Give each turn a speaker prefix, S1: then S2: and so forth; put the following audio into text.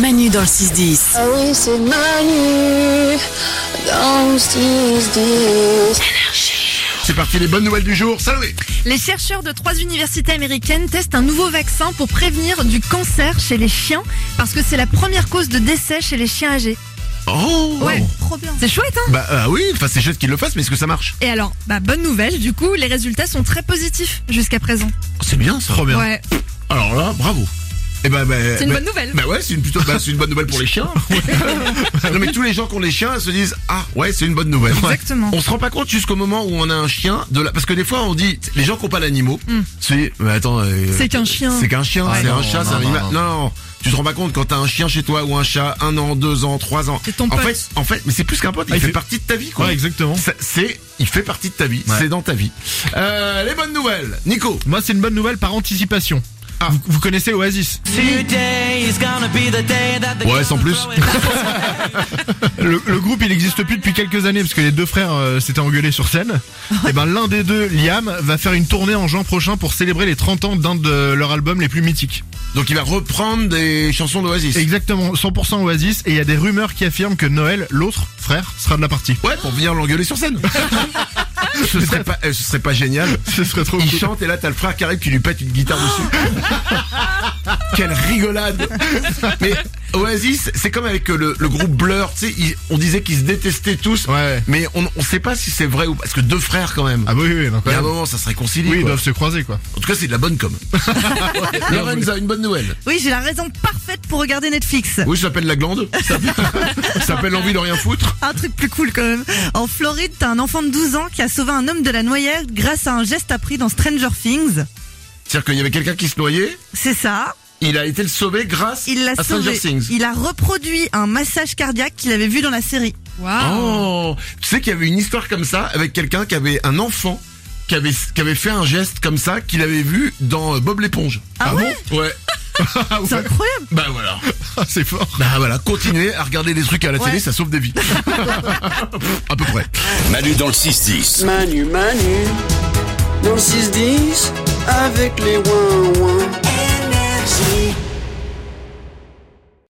S1: Manu dans le 6-10.
S2: Ah oui, c'est Manu dans le 6-10.
S3: C'est parti, les bonnes nouvelles du jour, salut
S4: Les chercheurs de trois universités américaines testent un nouveau vaccin pour prévenir du cancer chez les chiens parce que c'est la première cause de décès chez les chiens âgés.
S3: Oh
S4: trop bien. C'est chouette, hein
S3: Bah euh, oui, enfin c'est chouette qu'ils le fassent, mais est-ce que ça marche
S4: Et alors, bah, bonne nouvelle, du coup, les résultats sont très positifs jusqu'à présent.
S3: C'est bien ça. Trop bien.
S4: Ouais,
S3: Alors là, bravo. Et bah, bah,
S4: c'est une
S3: bah-
S4: bonne nouvelle.
S3: Bah ouais, c'est une plutôt bah, c'est une bonne nouvelle pour les chiens. non mais tous les gens qui ont des chiens se disent ah ouais c'est une bonne nouvelle.
S4: Exactement.
S3: On se rend pas compte jusqu'au moment où on a un chien de la parce que des fois on dit les gens qui ont pas d'animaux, c'est mais attends euh,
S4: Mm. C'est qu'un chien.
S3: C'est qu'un chien,
S5: Ouais,
S3: c'est un
S5: Ah non,
S3: chat,
S5: non,
S3: c'est un
S5: non,
S3: animal.
S5: non.
S3: Non, non, tu te rends pas compte quand t'as un chien chez toi ou un chat, un an, deux ans, trois ans.
S4: C'est ton
S3: en
S4: pote.
S3: fait, en fait, mais c'est plus qu'un pote, il,
S5: Ah, il
S3: fait,
S5: fait-
S3: partie de ta vie quoi.
S5: exactement.
S3: Ça, C'est, il fait partie de ta vie,
S5: Ouais.
S3: c'est dans ta vie. Euh, les bonnes nouvelles, Nico.
S5: Moi, c'est une bonne nouvelle par anticipation. Vous, vous connaissez Oasis
S6: Today is gonna be the day that the
S3: Ouais, sans plus.
S5: le, le groupe, il existe plus depuis quelques années parce que les deux frères euh, s'étaient engueulés sur scène. Et ben l'un des deux, Liam, va faire une tournée en juin prochain pour célébrer les 30 ans d'un de leurs albums les plus mythiques.
S3: Donc il va reprendre des chansons d'Oasis.
S5: Exactement, 100% Oasis. Et il y a des rumeurs qui affirment que Noël, l'autre frère, sera de la partie.
S3: Ouais, pour venir l'engueuler sur scène. ce serait pas, euh, ce serait pas génial.
S5: Ce serait trop
S3: Il
S5: cool.
S3: chante et là t'as le frère qui arrive qui lui pète une guitare dessus. Quelle rigolade Mais Oasis, c'est comme avec euh, le, le groupe Blur, tu sais, ils- on disait qu'ils se détestaient tous,
S5: Ouais.
S3: mais on, on sait pas si c'est vrai ou pas. Parce que deux frères quand même.
S5: Ah bah oui, oui, non, quand
S3: Il y a un
S5: même.
S3: moment, ça se réconcilie.
S5: Oui, bah ils
S3: quoi.
S5: doivent se croiser quoi.
S3: En tout cas, c'est de la bonne com. Lorenza, une bonne nouvelle.
S4: Oui, j'ai la raison parfaite pour regarder Netflix.
S3: Oui, ça s'appelle la glande. Ça s'appelle- Ça s'appelle l'envie de rien foutre.
S4: Un truc plus cool quand même. En Floride, t'as un enfant de 12 ans qui a sauvé un homme de la noyade grâce à un geste appris dans Stranger Things.
S3: C'est-à-dire qu'il y avait quelqu'un qui se noyait.
S4: C'est ça.
S3: Il a été le sauvé grâce
S4: Il l'a
S3: à Stranger
S4: sauvé.
S3: Things.
S4: Il a reproduit un massage cardiaque qu'il avait vu dans la série. Ah.
S3: Oh, tu sais qu'il y avait une histoire comme ça avec quelqu'un qui avait un enfant qui avait qui avait fait un geste comme ça qu'il avait vu dans euh, Bob l'éponge.
S4: Ah ouais
S3: bon Ouais.
S4: C'est incroyable.
S3: Bah voilà.
S5: c'est fort.
S3: Bah voilà, continuez à regarder des trucs à la
S4: Ouais.
S3: télé, ça sauve des vies. à peu près.
S7: Manu dans le 6-10.
S2: Manu, Manu dans le 6-10 avec les ouin-ouin. Énergie.